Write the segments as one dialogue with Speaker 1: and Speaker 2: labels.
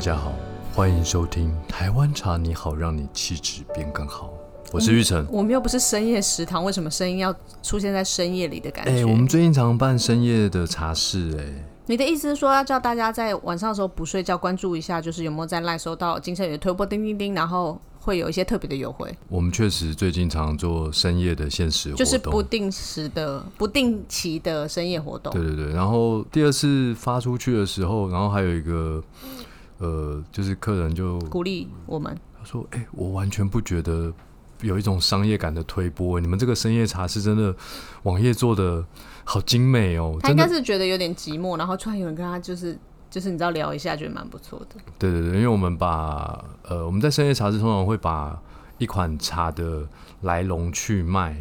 Speaker 1: 家好，欢迎收听《台湾茶你好》，让你气质变更好。我是玉成。
Speaker 2: 我们又不是深夜食堂，为什么声音要出现在深夜里的感
Speaker 1: 哎、
Speaker 2: 觉？
Speaker 1: 我们最近常办深夜的茶室、哎，
Speaker 2: 你的意思是说要叫大家在晚上的时候不睡觉，关注一下，就是有没有在赖收到金盛宇的推播叮叮叮，然后会有一些特别的优惠，
Speaker 1: 我们确实最近常做深夜的限时活动，
Speaker 2: 就是不定时的、不定期的深夜活动。
Speaker 1: 对对对。然后第二次发出去的时候，然后还有一个，呃，就是客人就
Speaker 2: 鼓励我们，
Speaker 1: 他说：“哎、我完全不觉得有一种商业感的推波、你们这个深夜茶室真的网页做的好精美哦，
Speaker 2: 他
Speaker 1: 真
Speaker 2: 应该
Speaker 1: 的。
Speaker 2: 是觉得有点寂寞，然后突然有人跟他就是就是你知道聊一下，觉得蛮不错的。”
Speaker 1: 对对对，因为我们把呃我们在深夜茶室通常会把一款茶的来龙去脉，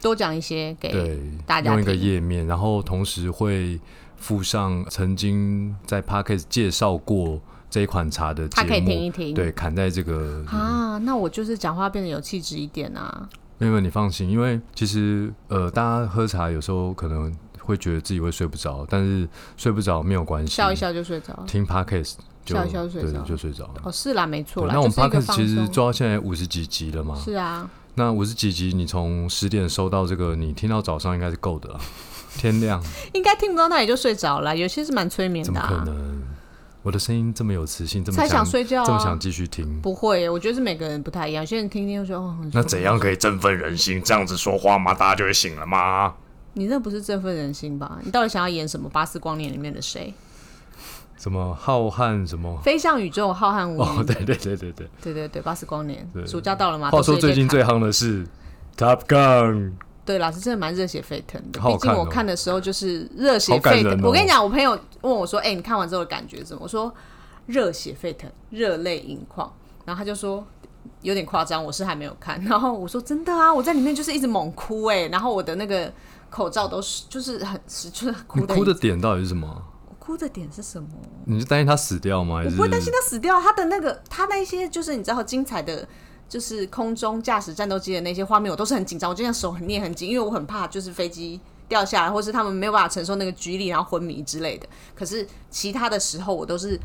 Speaker 2: 多讲一些给
Speaker 1: 对，
Speaker 2: 大家
Speaker 1: 用一个
Speaker 2: 听
Speaker 1: 页面，然后同时会附上曾经在 p a c k e t 介绍过这一款茶的节
Speaker 2: 他
Speaker 1: 目，
Speaker 2: 可以听一听。
Speaker 1: 对，砍在这个
Speaker 2: 啊，那我就是讲话变得有气质一点啊。
Speaker 1: 妹妹，你放心，因为其实呃，大家喝茶有时候可能会觉得自己会睡不着，但是睡不着没有关系，
Speaker 2: 笑一笑就睡着了。
Speaker 1: 听 podcast 就
Speaker 2: 笑一笑就睡着
Speaker 1: 对，就睡着了。
Speaker 2: 哦，是啦，没错
Speaker 1: 对
Speaker 2: 啦。
Speaker 1: 那我们
Speaker 2: 就是一个
Speaker 1: podcast
Speaker 2: 放
Speaker 1: 其实
Speaker 2: 松
Speaker 1: 做到现在五十几集了嘛，
Speaker 2: 是啊，
Speaker 1: 那五十几集你从十点收到这个，你听到早上应该是够 的啦，天亮
Speaker 2: 应该听不到那里就睡着了，有些是蛮催眠
Speaker 1: 怎
Speaker 2: 的、
Speaker 1: 么可
Speaker 2: 啊。
Speaker 1: 能？我的声音这么有磁性，这么
Speaker 2: 才
Speaker 1: 想
Speaker 2: 想睡觉、啊，
Speaker 1: 这么想继续听，
Speaker 2: 不会耶，我觉得是每个人不太一样。有些人听听就说哦，很舒
Speaker 3: 那
Speaker 2: 服
Speaker 3: 怎样可以振奋人心？这样子说话吗？大家就会醒了吗？
Speaker 2: 你那不是振奋人心吧？你到底想要演什么《巴斯光年》里面的谁？
Speaker 1: 什么浩瀚什么？
Speaker 2: 飞向宇宙，浩瀚无垠。
Speaker 1: 哦，对对对对对。
Speaker 2: 对对对，巴斯光年，暑假到了嘛？
Speaker 1: 话说
Speaker 2: 都是一
Speaker 1: 最
Speaker 2: 堆
Speaker 1: 近
Speaker 2: 看
Speaker 1: 最夯的是 Top Gun。
Speaker 2: 对老师真的蛮热血沸腾的。
Speaker 1: 好
Speaker 2: 毕
Speaker 1: 好
Speaker 2: 竟
Speaker 1: 看
Speaker 2: 我
Speaker 1: 哦
Speaker 2: 看的时候就是热血
Speaker 1: 好感
Speaker 2: 沸腾
Speaker 1: 人。哦
Speaker 2: 我跟你讲，我朋友问我说：“哎、你看完之后的感觉怎么？”我说：“热血沸腾，热泪盈眶。”然后他就说。有点夸张，我是还没有看。然后我说真的啊，我在里面就是一直猛哭哎、然后我的那个口罩都是就是很就是
Speaker 1: 你
Speaker 2: 哭的
Speaker 1: 哭的点到底是什么？
Speaker 2: 我哭的点是什么？
Speaker 1: 你是担心他死掉吗？还
Speaker 2: 我
Speaker 1: 是
Speaker 2: 不会担心他死掉，他的那个他那一些就是你知道精彩的，就是空中驾驶战斗机的那些画面，我都是很紧张，我就像手很捏很紧，因为我很怕就是飞机掉下来，或是他们没有办法承受那个举力，然后昏迷之类的。可是其他的时候，我都是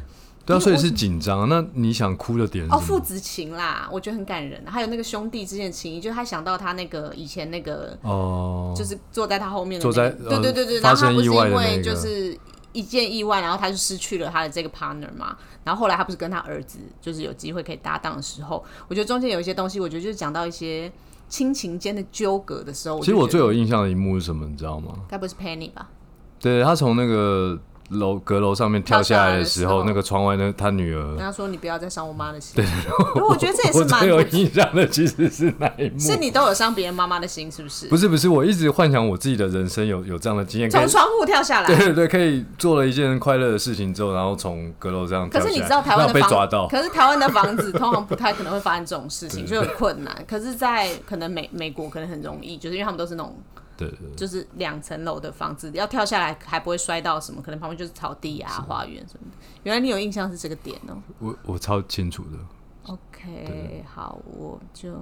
Speaker 1: 对啊，
Speaker 2: 因为
Speaker 1: 所以
Speaker 2: 我
Speaker 1: 是紧张。那你想哭的点是
Speaker 2: 哦
Speaker 1: 什
Speaker 2: 父
Speaker 1: 么？
Speaker 2: 子情啦，我觉得很感人、啊还有那个兄弟之间的情谊，就是他想到他那个以前那个
Speaker 1: 哦，
Speaker 2: 就是坐在他后面的、
Speaker 1: 坐
Speaker 2: 那
Speaker 1: 在
Speaker 2: 个
Speaker 1: 呃
Speaker 2: 对对对对，
Speaker 1: 发
Speaker 2: 然后他
Speaker 1: 生
Speaker 2: 不是
Speaker 1: 意外的
Speaker 2: 因
Speaker 1: 那
Speaker 2: 为
Speaker 1: 个
Speaker 2: 就是一件意外，然后他就失去了他的这个 partner 嘛。然后后来他不是跟他儿子就是有机会可以搭档的时候，我觉得中间有一些东西，我觉得就是讲到一些亲情间的纠葛的时候，
Speaker 1: 其实我最
Speaker 2: 有
Speaker 1: 有印象的一幕是什么，你知道吗？
Speaker 2: 该不是 Penny 吧？
Speaker 1: 对他从那个楼阁楼上面跳下来的时
Speaker 2: 跳下来
Speaker 1: 候，
Speaker 2: 的时候
Speaker 1: 那个窗外那他女儿
Speaker 2: 跟，他说你不要再伤我妈的心。对，我觉得这也
Speaker 1: 我
Speaker 2: 是蛮
Speaker 1: 最有印象的其实是那一幕。
Speaker 2: 是你都有伤别人妈妈的心，是不是？
Speaker 1: 不是不是，我一直幻想我自己的人生有有这样的经验，可
Speaker 2: 从
Speaker 1: 以
Speaker 2: 窗户跳下
Speaker 1: 对
Speaker 2: 来。
Speaker 1: 对对，可以做了一件快乐的事情之后，然后从阁楼这样
Speaker 2: 可
Speaker 1: 跳下来，
Speaker 2: 是你知道台湾
Speaker 1: 然后
Speaker 2: 的
Speaker 1: 被
Speaker 2: 房，
Speaker 1: 抓到，
Speaker 2: 可是台湾的房子通常不太可能会发生这种事情，就很困难。可是，在可能美美国可能很容易，就是因为他们都是那种
Speaker 1: 对对对
Speaker 2: 就是两层楼的房子，要跳下来还不会摔到什么，可能旁边就是草地啊、花园什么的。原来你有印象是这个点哦、
Speaker 1: 我我超清楚的。
Speaker 2: OK，好，我就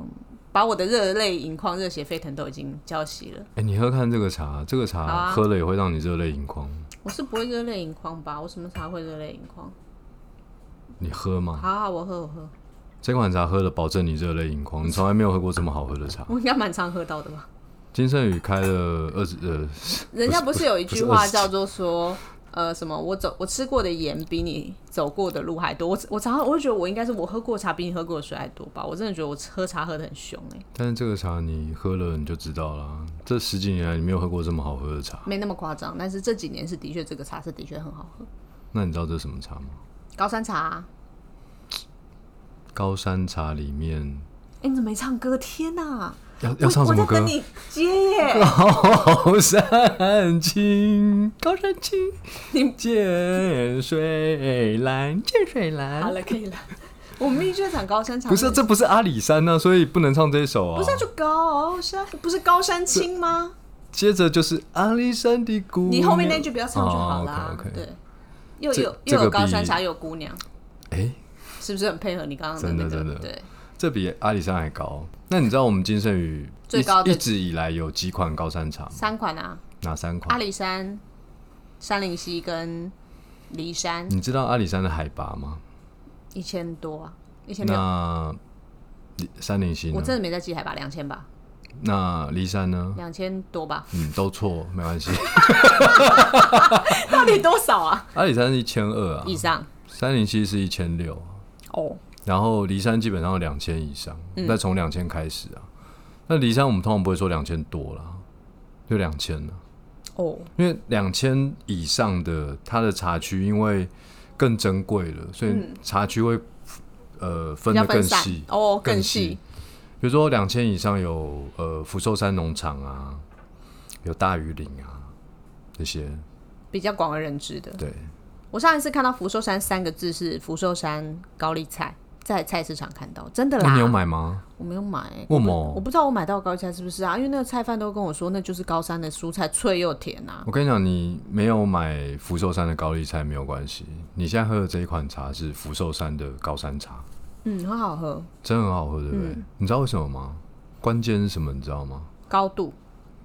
Speaker 2: 把我的热泪盈眶、热血沸腾都已经浇熄了。
Speaker 1: 哎，你喝看这个茶，这个茶、
Speaker 2: 好啊
Speaker 1: 喝了也会让你热泪盈眶。
Speaker 2: 我是不会热泪盈眶吧？我什么茶会热泪盈眶？
Speaker 1: 你喝吗？
Speaker 2: 好啊好，我喝，我喝，
Speaker 1: 这款茶喝了，保证你热泪盈眶。你从来没有喝过这么好喝的茶。
Speaker 2: 我应该蛮常喝到的吧？
Speaker 1: 金圣宇开了二十呃，
Speaker 2: 人家不是有一句
Speaker 1: 不
Speaker 2: 话
Speaker 1: 是
Speaker 2: 叫做说，呃，什么我走我吃过的盐比你走过的路还多。我我常常我会觉得我应该是我喝过的茶比你喝过的水还多吧？我真的觉得我喝茶喝的很凶哎、
Speaker 1: 但是这个茶你喝了你就知道啦。这十几年来你没有喝过这么好喝的茶。
Speaker 2: 没那么夸张，但是这几年是的确这个茶是的确很好喝，
Speaker 1: 那你知道这是什么茶吗？
Speaker 2: 高山茶、啊。
Speaker 1: 高山茶里面
Speaker 2: 哎、你怎么没唱歌？天哪！
Speaker 1: 要
Speaker 2: 我
Speaker 1: 要唱什么
Speaker 2: 我在
Speaker 1: 歌
Speaker 2: 等？你接 耶！
Speaker 1: 高山青，高山青，
Speaker 2: 你
Speaker 1: 见水蓝，见水
Speaker 2: 好
Speaker 1: 蓝。
Speaker 2: 了，可以了。我们必须要讲高山茶，
Speaker 1: 不是，啊这不是阿里山呐、啊所以不能唱这一首啊。
Speaker 2: 不是就高山，不是高山青吗？
Speaker 1: 接着就是阿里山的姑娘。
Speaker 2: 你后面那句不要唱就好啦。
Speaker 1: o k OK。
Speaker 2: 对，又
Speaker 1: 哦这
Speaker 2: 有
Speaker 1: 这
Speaker 2: 又
Speaker 1: 个
Speaker 2: 有高
Speaker 1: 比
Speaker 2: 山茶，又有姑娘，
Speaker 1: 哎，
Speaker 2: 是不是很配合你刚刚那个？
Speaker 1: 真的真的
Speaker 2: 对，
Speaker 1: 这比阿里山还高。那你知道我们金圣宇
Speaker 2: 最高
Speaker 1: 一
Speaker 2: 的
Speaker 1: 一直以来有几款高山茶吗？
Speaker 2: 三款啊，
Speaker 1: 哪三
Speaker 2: 阿
Speaker 1: 款？
Speaker 2: 里山、山林溪跟骊山。
Speaker 1: 你知道阿里山的海拔吗？
Speaker 2: 一千多啊，一千六，
Speaker 1: 那离三零七
Speaker 2: 我
Speaker 1: 呢？
Speaker 2: 真的没在记海拔，两千吧，
Speaker 1: 那离山呢？
Speaker 2: 两千多 吧，
Speaker 1: 嗯，都错，没关 系。
Speaker 2: 到底多少啊？
Speaker 1: 阿里山是一千二啊，
Speaker 2: 以上
Speaker 1: 三零七是一千六，
Speaker 2: 哦，
Speaker 1: 然后离山基本上两千以上，
Speaker 2: 嗯
Speaker 1: 那从两千开始啊。那离山我们通常不会说两千多啦，就两千了。
Speaker 2: 哦，
Speaker 1: 因为两千以上的它的茶区，因为更珍贵了，所以茶区会、呃分
Speaker 2: 嗯比
Speaker 1: 得更
Speaker 2: 较分散
Speaker 1: 细。
Speaker 2: 哦，
Speaker 1: 更
Speaker 2: 更
Speaker 1: 细
Speaker 2: 细，
Speaker 1: 比如说两千以上有呃福寿山农场啊，有大余岭啊这些，
Speaker 2: 比较广为人知的。
Speaker 1: 对，
Speaker 2: 我上一次看到福寿山三个字是福寿山高丽菜，在菜市场看到，真的
Speaker 1: 那
Speaker 2: 啦，
Speaker 1: 你有买吗？
Speaker 2: 我没有买、
Speaker 1: 为什
Speaker 2: 我
Speaker 1: 么？
Speaker 2: 不知道我买到的高丽菜是不是啊？因为那个菜贩都跟我说，那就是高山的蔬菜，脆又甜啊。
Speaker 1: 我跟你讲，你没有买福寿山的高丽菜没有关系，你现在喝的这一款茶是福寿山的高山茶，
Speaker 2: 嗯，很好喝，
Speaker 1: 真的很好喝，对不对？
Speaker 2: 嗯
Speaker 1: 你知道为什么吗？关键是什么？你知道吗？
Speaker 2: 高度。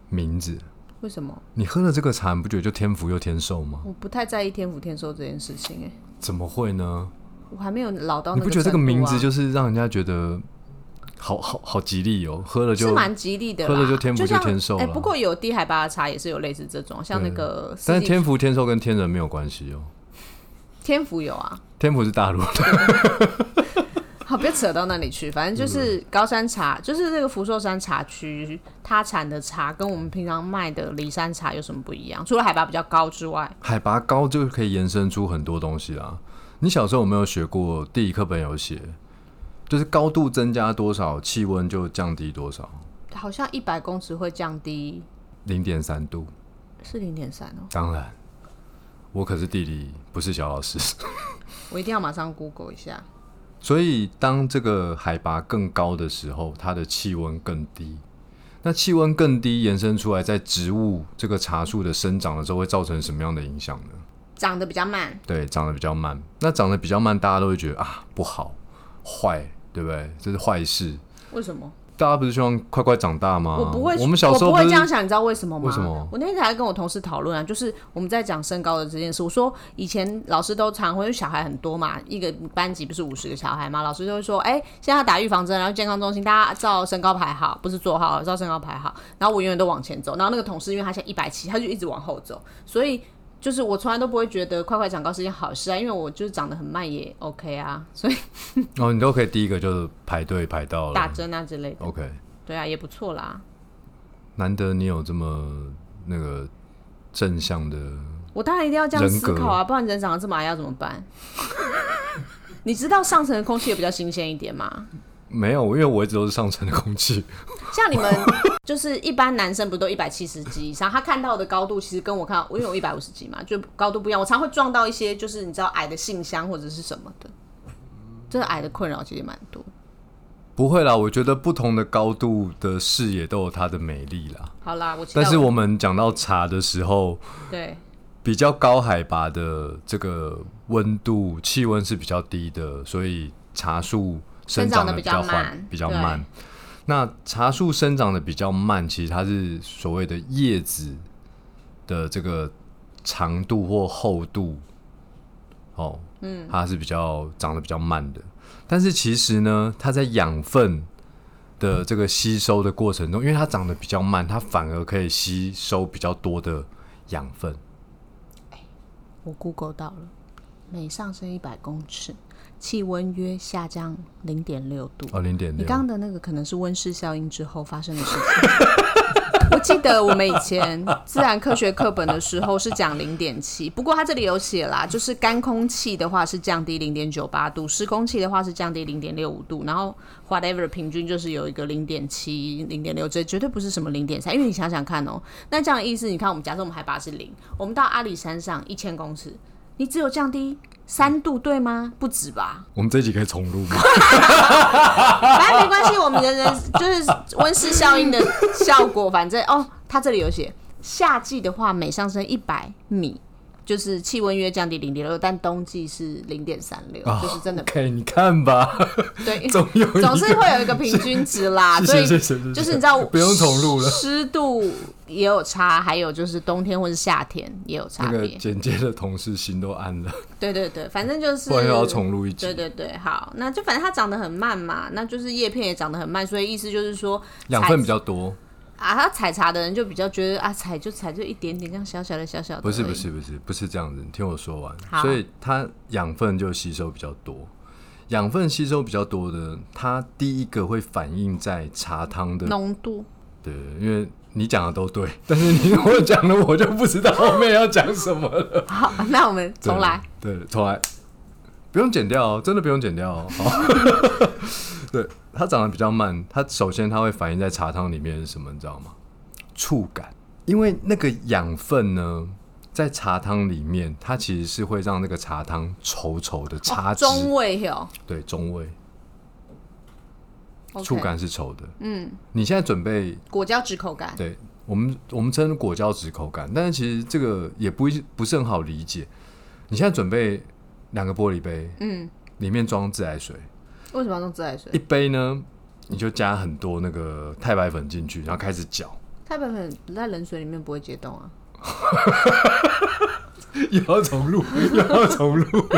Speaker 1: 名字。
Speaker 2: 为什么？
Speaker 1: 你喝了这个茶，你不觉得就天福又天寿吗？
Speaker 2: 我不太在意天府天寿这件事情、欸，
Speaker 1: 怎么会呢？
Speaker 2: 我还没有老到、
Speaker 1: 你不觉得这个名字
Speaker 2: 就
Speaker 1: 就是让人家觉得好好好吉利哦？喝了
Speaker 2: 是
Speaker 1: 就，
Speaker 2: 蛮吉利的啦，
Speaker 1: 喝了就天府
Speaker 2: 像
Speaker 1: 就天寿
Speaker 2: 哎、
Speaker 1: 啦
Speaker 2: 不过有低海拔的茶也是有类似这种，像那个四季，
Speaker 1: 但是天福天寿跟天人没有关系哦。
Speaker 2: 天府有啊，
Speaker 1: 天福是大陆的，
Speaker 2: 好，别扯到那里去。反正就是高山茶，就是这个福寿山茶区，它产的茶跟我们平常卖的骊山茶有什么不一样？除了海拔比较高之外，
Speaker 1: 海拔高就可以延伸出很多东西啦。你小时候有没有学过？地理课本有写，就是高度增加多少，气温就降低多少，
Speaker 2: 好像一百公尺会降低
Speaker 1: 零点三度。
Speaker 2: 是零点三哦。
Speaker 1: 当然，我可是地理不是小老师。
Speaker 2: 我一定要马上 Google 一下。
Speaker 1: 所以，当这个海拔更高的时候，它的气温更低。那气温更低，延伸出来在植物这个茶树的生长的时候，会造成什么样的影响呢？
Speaker 2: 长得比较慢，
Speaker 1: 对，长得比较慢。那长得比较慢，大家都会觉得啊不好，坏，对不对？这是坏事。
Speaker 2: 为什么？
Speaker 1: 大家不是希望快快长大吗？
Speaker 2: 我不会，
Speaker 1: 啊我们小时候
Speaker 2: 我
Speaker 1: 不
Speaker 2: 不会
Speaker 1: 是
Speaker 2: 这样想，你知道为什么吗？
Speaker 1: 为什么
Speaker 2: 我那天还跟我同事讨论啊，就是我们在讲身高的这件事。我说以前老师都常会，小孩很多嘛，一个班级不是五十个小孩嘛，老师就会说，哎、现在要打预防针，然后健康中心大家照身高排好，不是坐号，照身高排好。然后我永远都往前走，然后那个同事因为他现在一百七，他就一直往后走，所以。就是我从来都不会觉得快快长高是件好事啊，因为我就是长得很慢也 OK 啊，所以
Speaker 1: 哦，你都可以第一个就排队排到
Speaker 2: 打
Speaker 1: 了。
Speaker 2: 针啊之类的，
Speaker 1: OK，
Speaker 2: 对啊，也不错啦。
Speaker 1: 难得你有这么那个正向的，
Speaker 2: 我当然一定要这样思考啊，不然人长得这么矮要怎么办？ 你知道上层的空气也比较新鲜一点吗？
Speaker 1: 没有，因为我一直都是上层的空气。
Speaker 2: 像 你们就是一般男生不都一百七十几以上，他看到的高度其实跟我看到，因为我一百五十几嘛，就高度不一样。我常会撞到一些就是你知道矮的信箱或者是什么的，这矮的困扰其实蛮多。
Speaker 1: 不会啦，我觉得不同的高度的视野都有它的美丽啦。
Speaker 2: 好啦，我期待
Speaker 1: 但是我们讲到茶的时候，
Speaker 2: 对
Speaker 1: 比较高海拔的这个温度气温是比较低的，所以茶树生长
Speaker 2: 生长
Speaker 1: 的
Speaker 2: 得
Speaker 1: 比
Speaker 2: 比
Speaker 1: 较
Speaker 2: 较
Speaker 1: 缓
Speaker 2: 慢，
Speaker 1: 比较慢。那茶树生长的比较慢，其实它是所谓的叶子的这个长度或厚度，哦，嗯，它是比较长得比较慢的。但是其实呢，它在养分的这个吸收的过程中，因为它长得比较慢，它反而可以吸收比较多的养分。
Speaker 2: 我 Google 到了，每上升一百公尺，气温约下降零点六度。
Speaker 1: 哦，零点
Speaker 2: 你
Speaker 1: 六。
Speaker 2: 刚刚的那个可能是温室效应之后发生的事情。 我记得我们以前自然科学课本的时候是讲零点七，不过它这里有写啦，就是干空气的话是降低零点九八度，湿空气的话是降低零点六五度，然后 whatever 平均就是有一个零点七、零点六，这绝对不是什么零点三，因为你想想看哦，那这样的意思，你看我们假设我们海拔是零，我们到阿里山上一千公尺，你只有降低三度对吗？不止吧？
Speaker 1: 我们这一集可以重 录吗？
Speaker 2: 反正没关系，我们的人就是温室效应的效果，反正哦，它这里有写，夏季的话每上升一百米，就是气温约降低零点六，但冬季是零点三六，就是真的
Speaker 1: 啊 OK，你看吧，
Speaker 2: 对。
Speaker 1: 总有一
Speaker 2: 总
Speaker 1: 个
Speaker 2: 是会有一个平均值啦，
Speaker 1: 是
Speaker 2: 啊所以
Speaker 1: 是是是是
Speaker 2: 就是你知道，
Speaker 1: 不用重录了
Speaker 2: 湿度也有差，还有就是冬天或是夏天也有差
Speaker 1: 那
Speaker 2: 别。
Speaker 1: 个剪接的同事心都安了，
Speaker 2: 对对对，反正就是
Speaker 1: 不然又要重录一集
Speaker 2: 对，对对，好，那就反正它长得很慢嘛，那就是叶片也长得很慢，所以意思就是说
Speaker 1: 养分比较多。
Speaker 2: 啊，他采茶的人就比较觉得啊，采就采就一点点，这样小小的小小的。
Speaker 1: 不是不，是不是不是这样子，你听我说完
Speaker 2: 好。
Speaker 1: 所以它养分就吸收比较多，养分吸收比较多的，它第一个会反映在茶汤的。
Speaker 2: 浓度
Speaker 1: 对，因为你讲的都对，但是你跟我讲的，我就不知道后面要讲什么了。
Speaker 2: 好，那我们
Speaker 1: 对
Speaker 2: 重来。，
Speaker 1: 对，重来，不用剪掉哦，真的不用剪掉 哦。好 对，它长得比较慢，它首先它会反映在茶汤里面是什么，你知道吗？触感，因为那个养分呢，在茶汤里面，它其实是会让那个茶汤稠稠的茶汁，
Speaker 2: 哦中味有
Speaker 1: 对中味，
Speaker 2: OK
Speaker 1: 触感是稠的。嗯，你现在准备
Speaker 2: 果胶质口感，
Speaker 1: 对我们我们称果胶质口感，但是其实这个也不一不是很好理解。你现在准备两个玻璃杯，
Speaker 2: 嗯，
Speaker 1: 里面装自来水，
Speaker 2: 为什么要用自来水
Speaker 1: 一？杯呢你就加很多那个太白粉进去，然后开始搅，
Speaker 2: 太白粉不在冷水里面不会解冻啊。
Speaker 1: 又要重录，又要重录。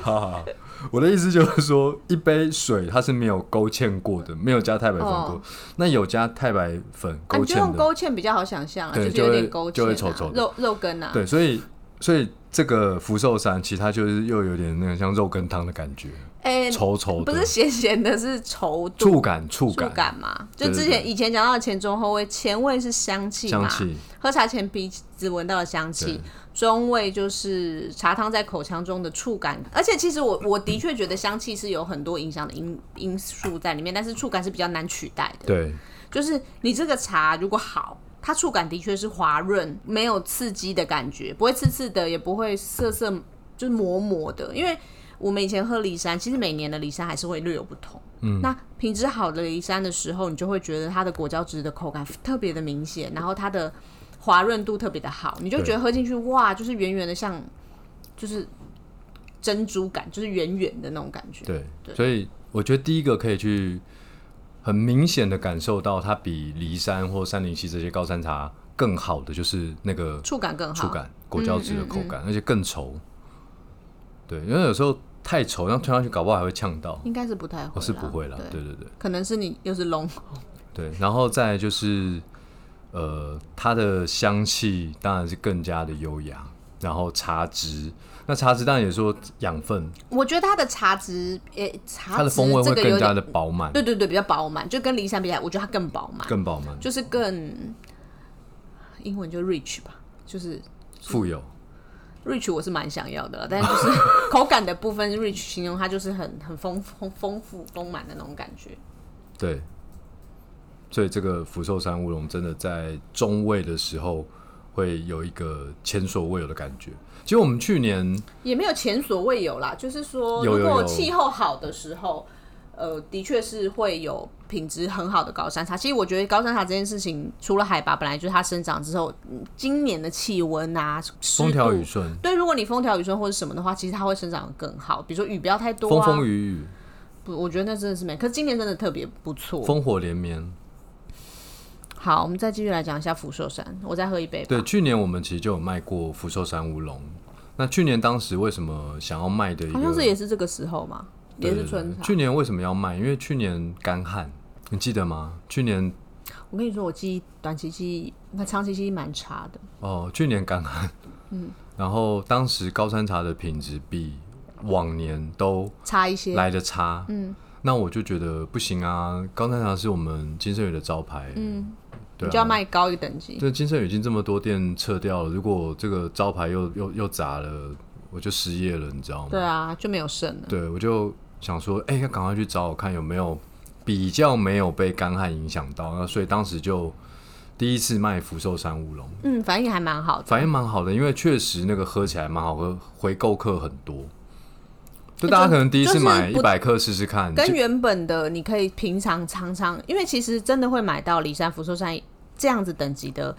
Speaker 1: 好好好，我的意思就是说，一杯水它是没有勾芡过的，没有加太白粉过，
Speaker 2: 哦
Speaker 1: 那有加太白粉
Speaker 2: 啊，
Speaker 1: 勾
Speaker 2: 你就
Speaker 1: 芡
Speaker 2: 用
Speaker 1: 的，
Speaker 2: 勾芡比较好想象啊，
Speaker 1: 对
Speaker 2: 是有点
Speaker 1: 就会
Speaker 2: 勾芡啊，
Speaker 1: 就会稠稠的
Speaker 2: 肉肉羹啊。
Speaker 1: 对，所以所以这个福寿山其实它就是又有点那个像肉羹汤的感觉，
Speaker 2: 哎，
Speaker 1: 稠稠
Speaker 2: 不
Speaker 1: 的，
Speaker 2: 是咸咸的，是稠度。
Speaker 1: 触感触
Speaker 2: 触
Speaker 1: 感
Speaker 2: 感嘛，就
Speaker 1: 对对
Speaker 2: 之前以前讲到的前中后味，前味是香气
Speaker 1: 香
Speaker 2: 嘛，
Speaker 1: 气
Speaker 2: 喝茶前鼻子闻到的香气
Speaker 1: 对，
Speaker 2: 中味就是茶汤在口腔中的触感。而且其实我我的确觉得香气是有很多影响的因因素在里面，但是触感是比较难取代的。
Speaker 1: 对
Speaker 2: 就是你这个茶如果好。它触感的确是滑润，没有刺激的感觉，不会刺刺的，也不会涩涩，就是磨磨的。因为我们以前喝骊山，其实每年的骊山还是会略有不同。嗯，那品质好的骊山的时候，你就会觉得它的果胶质的口感特别的明显，然后它的滑润度特别的好，你就觉得喝进去哇，就是圆圆的像，就是珍珠感，就是圆圆的那种感觉。
Speaker 1: 对
Speaker 2: 对
Speaker 1: 所以我觉得第一个可以去很明显的感受到它比骊山或三零七这些高山茶更好的就是那个
Speaker 2: 触感更好。嗯
Speaker 1: 触感果胶质的口感，而且更稠。对，因为有时候太稠，然后吞下去搞不好还会呛到。
Speaker 2: 应该是不太会，
Speaker 1: 我哦是不会啦，对对对
Speaker 2: 可能是你又是龙
Speaker 1: 对，然后再来就是，呃，它的香气当然是更加的优雅，然后茶汁，那茶汁当然也说养分，
Speaker 2: 我觉得它的茶质，诶、茶
Speaker 1: 它的
Speaker 2: 质
Speaker 1: 风味
Speaker 2: 这
Speaker 1: 会
Speaker 2: 个
Speaker 1: 更
Speaker 2: 有
Speaker 1: 加
Speaker 2: 点，
Speaker 1: 的饱满，
Speaker 2: 对对对，比较饱满，就跟骊山比起来，我觉得它更饱满，
Speaker 1: 更饱满，
Speaker 2: 就是更英文就 rich 吧，就是
Speaker 1: 富有。
Speaker 2: rich 我是蛮想要的啦，但是就是 口感的部分 rich 形容它就是很很丰丰丰富丰满的那种感觉。
Speaker 1: 对，所以这个福寿山乌龙真的在中味的时候会有一个前所未有的感觉。其实我们去年
Speaker 2: 也没有前所未有啦，就是说，
Speaker 1: 有有
Speaker 2: 如果
Speaker 1: 有
Speaker 2: 气候好的时候，呃，的确是会有品质很好的高山茶。其实我觉得高山茶这件事情，除了海拔本来就是它生长之后，嗯今年的气温啊，湿
Speaker 1: 风调
Speaker 2: 度
Speaker 1: 雨顺，
Speaker 2: 对，如果你风调雨顺或者什么的话，其实它会生长得更好。比如说雨不要太多、
Speaker 1: 风
Speaker 2: 啊，
Speaker 1: 风雨雨，
Speaker 2: 不，我觉得那真的是美。可是今年真的特别不错。
Speaker 1: 烽火连绵。
Speaker 2: 好，我们再继续来讲一下福寿山，我再喝一杯吧。
Speaker 1: 对，去年我们其实就有卖过福寿山乌龙。那去年当时为什么想要卖的一个？
Speaker 2: 好像是也是这个时候嘛，
Speaker 1: 对
Speaker 2: 也是
Speaker 1: 对
Speaker 2: 春
Speaker 1: 对
Speaker 2: 茶。
Speaker 1: 去年为什么要卖？因为去年干旱，你记得吗？去年
Speaker 2: 我跟你说，我记忆短期记忆，那长期记忆蛮差的。
Speaker 1: 哦，去年干旱，嗯，然后当时高山茶的品质比往年都
Speaker 2: 差一些。
Speaker 1: 来的差，嗯，那我就觉得不行啊。高山茶是我们金盛宇的招牌，嗯，对
Speaker 2: 你就要
Speaker 1: 啊。
Speaker 2: 卖高一个等级。
Speaker 1: 这金盛宇已经这么多店撤掉了，如果这个招牌又又又砸了，我就失业了，你知道吗？
Speaker 2: 对啊，就没有剩了。
Speaker 1: 对，我就想说，哎、要赶快去找我看有没有比较没有被干旱影响到。那所以当时就第一次卖福寿山乌龙，
Speaker 2: 嗯，反应还蛮好的。
Speaker 1: 反应蛮好的，因为确实那个喝起来蛮好喝，回购客很多。就
Speaker 2: 欸
Speaker 1: 大家
Speaker 2: 就
Speaker 1: 可能第一次
Speaker 2: 就是
Speaker 1: 买
Speaker 2: 不
Speaker 1: 一百克试试看，
Speaker 2: 跟
Speaker 1: 嗯就
Speaker 2: 原本的你可以平常常常，因为其实真的会买到骊山、福寿山这样子等级的，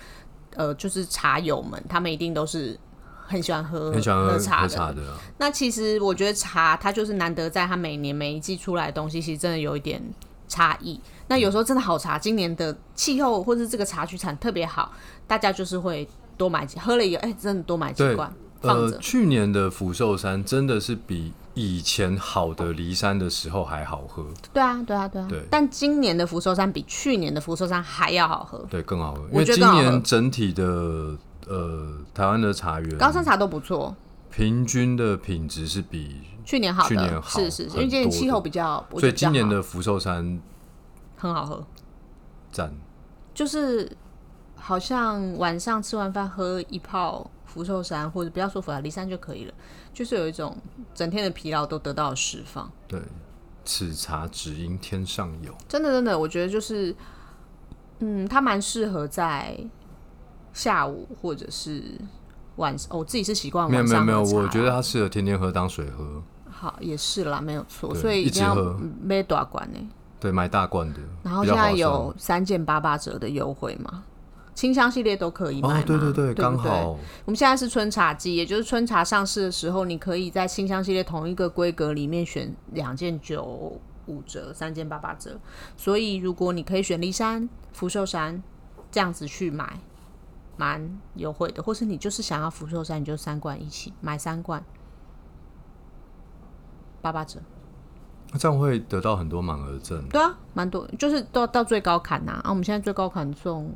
Speaker 2: 呃，就是茶友们，他们一定都是很喜欢喝
Speaker 1: 很喜欢喝喝
Speaker 2: 茶的。
Speaker 1: 茶的啊、
Speaker 2: 那其实我觉得茶，它就是难得在它每年每一季出来的东西，其实真的有一点差异。那有时候真的好茶，今年的气候或是这个茶区产特别好，大家就是会多买几，喝了以后，哎、真的多买几
Speaker 1: 对
Speaker 2: 罐放
Speaker 1: 呃
Speaker 2: 着，。
Speaker 1: 去年的福寿山真的是比以前好的离山的时候还好喝，
Speaker 2: 对啊，对啊，对啊。
Speaker 1: 对
Speaker 2: 但今年的福寿山比去年的福寿山还要好喝，
Speaker 1: 对，更好喝。因
Speaker 2: 我
Speaker 1: 为
Speaker 2: 觉得
Speaker 1: 今
Speaker 2: 更好喝
Speaker 1: 年整体的呃台湾的茶园
Speaker 2: 高山茶都不错，
Speaker 1: 平均的品质是比，
Speaker 2: 去年好的，
Speaker 1: 去年好
Speaker 2: 是是是，
Speaker 1: 很
Speaker 2: 因为今年
Speaker 1: 多
Speaker 2: 气候
Speaker 1: 的
Speaker 2: 比较，我觉
Speaker 1: 所
Speaker 2: 得
Speaker 1: 以
Speaker 2: 比较
Speaker 1: 今年
Speaker 2: 好
Speaker 1: 的福寿山
Speaker 2: 很好喝，
Speaker 1: 站
Speaker 2: 就是好像晚上吃完饭喝一泡福寿山，或者不要说福寿离山就可以了，就是有一种整天的疲劳都得到了释放。
Speaker 1: 对，此茶只应天上有。
Speaker 2: 真的真的，我觉得就是，嗯，它蛮适合在下午或者是晚上，哦我自己是习惯
Speaker 1: 没有
Speaker 2: 晚
Speaker 1: 没有
Speaker 2: 上
Speaker 1: 没有，
Speaker 2: 喝茶啦
Speaker 1: 我觉得它适合天天喝当水喝，
Speaker 2: 好也是啦，没有错，
Speaker 1: 对
Speaker 2: 所以
Speaker 1: 一
Speaker 2: 定
Speaker 1: 直
Speaker 2: 要
Speaker 1: 喝
Speaker 2: 买大罐呢、
Speaker 1: 对，买大罐的，
Speaker 2: 然后
Speaker 1: 比
Speaker 2: 现
Speaker 1: 较划
Speaker 2: 在
Speaker 1: 算
Speaker 2: 有三件八八折的优惠嘛，清香系列都可以买嘛、
Speaker 1: 哦，对对对，刚
Speaker 2: 不对
Speaker 1: 好
Speaker 2: 我们现在是春茶季，也就是春茶上市的时候，你可以在清香系列同一个规格里面选两件九五折、三件八八折。所以如果你可以选骊山、福寿山这样子去买，蛮优惠的。或是你就是想要福寿山，你就三罐一起买三罐，八八折。
Speaker 1: 这样会得到很多满额赠。
Speaker 2: 对啊，蛮多，就是到到最高砍呐、啊。我们现在最高砍送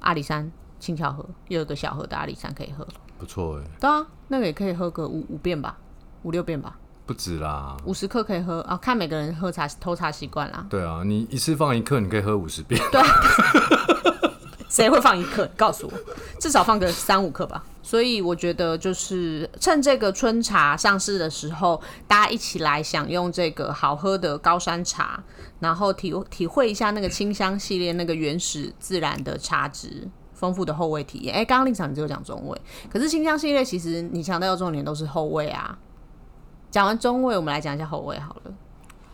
Speaker 2: 阿里山青巧盒，又有一个小盒的阿里山可以喝。
Speaker 1: 不错哎，
Speaker 2: 对啊，那个也可以喝个五五遍吧，五六遍吧，
Speaker 1: 不止啦。
Speaker 2: 五十克可以喝啊，看每个人喝茶偷茶习惯啦。
Speaker 1: 对啊，你一次放一克，你可以喝五十遍。
Speaker 2: 谁会放一克？你 告诉我，至少放个三五克吧。所以我觉得就是趁这个春茶上市的时候，大家一起来享用这个好喝的高山茶，然后体体会一下那个清香系列那个原始自然的茶质。丰富的后味体验，哎、刚刚令场你只有讲中味，可是清香系列其实你强调的重点都是后味啊。讲完中味，我们来讲一下后味好了。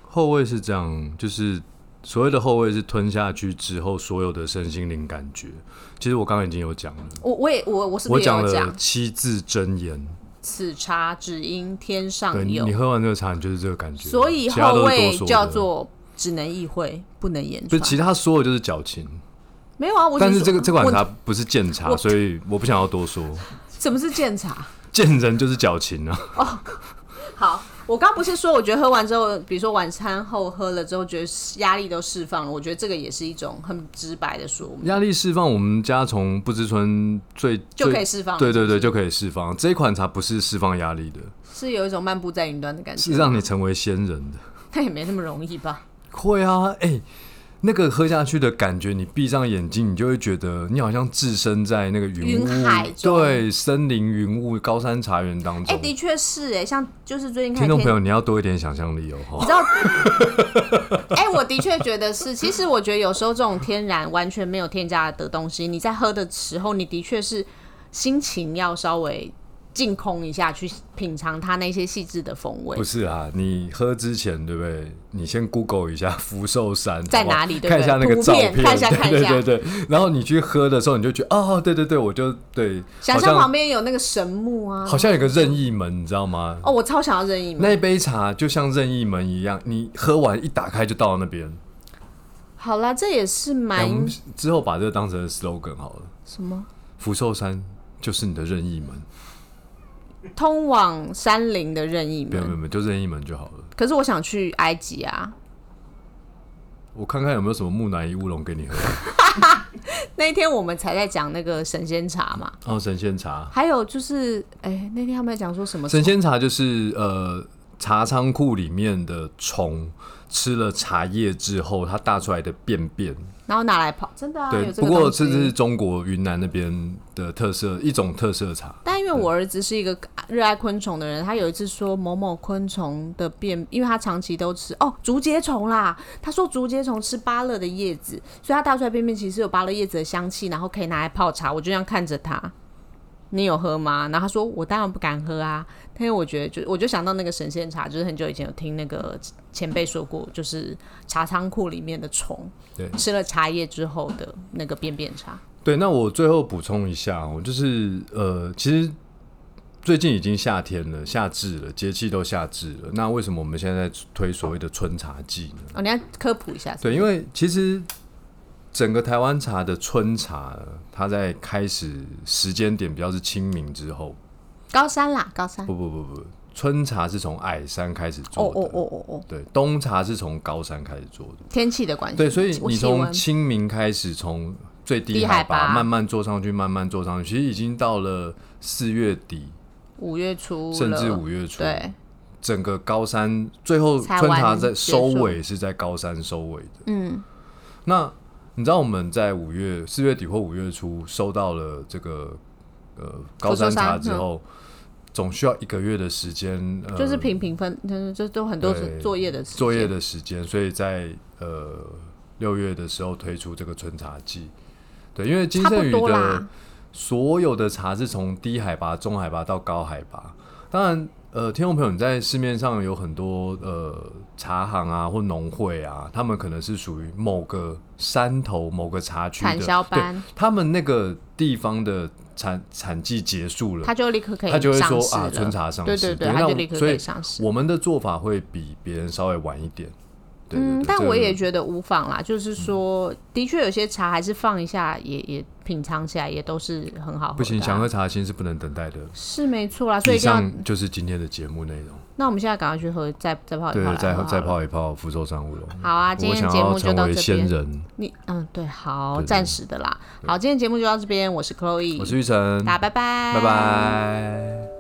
Speaker 1: 后味是这样，就是所谓的后味是吞下去之后所有的身心灵感觉。其实我刚刚已经有讲了，
Speaker 2: 我我也我我是不
Speaker 1: 我
Speaker 2: 是也有
Speaker 1: 了
Speaker 2: 讲？
Speaker 1: 七字真言。
Speaker 2: 此茶只因天上
Speaker 1: 对你，
Speaker 2: 有，
Speaker 1: 你喝完这个茶，你就是这个感觉。
Speaker 2: 所以
Speaker 1: 其他
Speaker 2: 后
Speaker 1: 都是
Speaker 2: 位
Speaker 1: 多说的
Speaker 2: 叫做只能意会，不能言
Speaker 1: 不
Speaker 2: 传
Speaker 1: 是，。其他所有就是矫情。
Speaker 2: 没有啊，我只
Speaker 1: 但是这个
Speaker 2: 说
Speaker 1: 这款茶
Speaker 2: 我
Speaker 1: 不是鉴茶，
Speaker 2: 我
Speaker 1: 所以我不想要多说。
Speaker 2: 什么是鉴茶？
Speaker 1: 见人就是矫情啊，
Speaker 2: 好，我刚不是说，我觉得喝完之后，比如说晚餐后喝了之后，觉得压力都释放了，我觉得这个也是一种很直白的说明。
Speaker 1: 压力释放。我们家从不知村最
Speaker 2: 就
Speaker 1: 最
Speaker 2: 可以释放了
Speaker 1: 对对
Speaker 2: 是不
Speaker 1: 对，
Speaker 2: 是
Speaker 1: 就可以释放。这一款茶不是释放压力的，
Speaker 2: 是有一种漫步在云端的感觉，
Speaker 1: 是让你成为仙人的。
Speaker 2: 那也没那么容易吧？
Speaker 1: 会啊，哎、那个喝下去的感觉，你闭上眼睛，你就会觉得你好像置身在那个云雾
Speaker 2: 云海中
Speaker 1: 对，森林云雾、高山茶园当
Speaker 2: 哎、
Speaker 1: 中。
Speaker 2: 的确是哎、像就是最近看
Speaker 1: 听众朋
Speaker 2: 天
Speaker 1: 友，你要多一点想象力哦。
Speaker 2: 你知道？哎、我的确觉得是。其实我觉得有时候这种天然完全没有添加的东西，你在喝的时候，你的确是心情要稍微净空一下，去品尝它那些细致的风味
Speaker 1: 不。是啊，你喝之前对不对？你先 Google 一下福寿山
Speaker 2: 在
Speaker 1: 好不好
Speaker 2: 哪里对不对
Speaker 1: 看一下那个照
Speaker 2: 图片看一下看一
Speaker 1: 对
Speaker 2: 下
Speaker 1: 对对对。然后你去喝的时候，你就觉得哦，对对对，我就对，
Speaker 2: 想
Speaker 1: 好
Speaker 2: 象旁
Speaker 1: 像
Speaker 2: 边有那个神木啊，
Speaker 1: 好像有个任意门，你知道吗？
Speaker 2: 哦，我超想要任意门。
Speaker 1: 那一杯茶就像任意门一样，你喝完一打开就到那边。
Speaker 2: 好啦，这也是
Speaker 1: 哎我
Speaker 2: 蛮
Speaker 1: 们之后把这个当成 slogan 好了，
Speaker 2: 什么
Speaker 1: 福寿山就是你的任意门，
Speaker 2: 通往山林的任意
Speaker 1: 没有没有
Speaker 2: 门。
Speaker 1: 没有，就任意门就好了。
Speaker 2: 可是我想去埃及啊，
Speaker 1: 我看看有没有什么木乃伊乌龙给你喝。
Speaker 2: 那一天我们才在讲那个神仙茶嘛，
Speaker 1: 哦，神仙茶，
Speaker 2: 还有就是，哎、那天他们在讲说什么
Speaker 1: 神仙茶就是呃茶仓库里面的虫吃了茶叶之后，它大出来的便便。
Speaker 2: 然后拿来泡，真的啊，
Speaker 1: 对
Speaker 2: 有，这
Speaker 1: 不
Speaker 2: 个
Speaker 1: 过
Speaker 2: 东
Speaker 1: 这
Speaker 2: 西。
Speaker 1: 是中国云南那边的特色一种特色茶。
Speaker 2: 但因为我儿子是一个热爱昆虫的人，他有一次说某某昆虫的便，因为他长期都吃哦竹节虫啦，他说竹节虫吃芭乐的叶子，所以他大出来便便其实有芭乐叶子的香气，然后可以拿来泡茶。我就这样看着他，你有喝吗？然后他说我当然不敢喝啊，但是我觉得就我就想到那个神仙茶，就是很久以前有听那个前辈说过，就是茶仓库里面的虫，
Speaker 1: 对
Speaker 2: 吃了茶叶之后的那个便便茶。
Speaker 1: 对，那我最后补充一下哦，就是呃，其实最近已经夏天了，夏至了，节气都夏至了。那为什么我们现在在推所谓的春茶季呢？
Speaker 2: 哦，你要科普一下。
Speaker 1: 对，因为其实整个台湾茶的春茶，它在开始时间点比较是清明之后，
Speaker 2: 高山啦，高山。
Speaker 1: 不不不不，春茶是从矮山开始
Speaker 2: 哦
Speaker 1: 做的，
Speaker 2: 哦哦哦哦，
Speaker 1: 对，冬茶是从高山开始做的，
Speaker 2: 天气的关系。
Speaker 1: 对，所以
Speaker 2: 嗯我
Speaker 1: 你
Speaker 2: 气
Speaker 1: 从
Speaker 2: 温
Speaker 1: 清明开始，从最低
Speaker 2: 低海拔
Speaker 1: 拔慢慢做上去，慢慢做上去，其实已经到了四月底，
Speaker 2: 五月初
Speaker 1: 甚至
Speaker 2: 了
Speaker 1: 五月初，
Speaker 2: 对，
Speaker 1: 整个高山最后
Speaker 2: 才
Speaker 1: 春茶
Speaker 2: 完
Speaker 1: 在
Speaker 2: 结
Speaker 1: 收
Speaker 2: 束
Speaker 1: 尾是在高山收尾的。
Speaker 2: 嗯，
Speaker 1: 那你知道我们在五月四月底或五月初收到了这个呃高山茶之后，总需要一个月的时间，呃、
Speaker 2: 就是评评分，就是就都很多
Speaker 1: 对
Speaker 2: 作业的时间
Speaker 1: 作业的时间，所以在呃六月的时候推出这个春茶季。对，因为金
Speaker 2: 差不
Speaker 1: 圣宇
Speaker 2: 多
Speaker 1: 的
Speaker 2: 啦
Speaker 1: 所有的茶是从低海拔、中海拔到高海拔。当然，呃，听众朋友，你在市面上有很多呃茶行啊或农会啊，他们可能是属于某个山头、某个茶区的
Speaker 2: 产销班
Speaker 1: 对他们那个地方的产产季结束了，
Speaker 2: 他就立刻可以
Speaker 1: 他就会
Speaker 2: 上
Speaker 1: 说
Speaker 2: 市
Speaker 1: 啊，
Speaker 2: 了
Speaker 1: 春茶上市，
Speaker 2: 对对对，
Speaker 1: 那
Speaker 2: 他就
Speaker 1: 我
Speaker 2: 立刻
Speaker 1: 所
Speaker 2: 可
Speaker 1: 以
Speaker 2: 以上市。
Speaker 1: 我们的做法会比别人稍微晚一点。对对
Speaker 2: 嗯
Speaker 1: 对，嗯
Speaker 2: 但
Speaker 1: 这个
Speaker 2: 我也觉得无妨啦，就是说，的确有些茶还是放一下，也也品尝起来也都是很好喝的啊。
Speaker 1: 不行，想喝茶的心是不能等待的。
Speaker 2: 是没错啊啦，所以
Speaker 1: 以
Speaker 2: 一定要。
Speaker 1: 上就是今天的节目内容，
Speaker 2: 那我们现在赶快去喝，再再泡一
Speaker 1: 对
Speaker 2: 泡，，
Speaker 1: 再
Speaker 2: 好不好
Speaker 1: 再。泡一泡福州山乌龙。
Speaker 2: 好啊，今
Speaker 1: 我
Speaker 2: 天
Speaker 1: 想
Speaker 2: 节
Speaker 1: 要
Speaker 2: 目就
Speaker 1: 成
Speaker 2: 到
Speaker 1: 为
Speaker 2: 这
Speaker 1: 仙
Speaker 2: 边。
Speaker 1: 人，
Speaker 2: 你嗯，对，好，
Speaker 1: 对对
Speaker 2: 暂时的啦。好，今天节目就到这边，我是 Chloe，
Speaker 1: 我是玉成，
Speaker 2: 大家拜拜，
Speaker 1: 拜拜。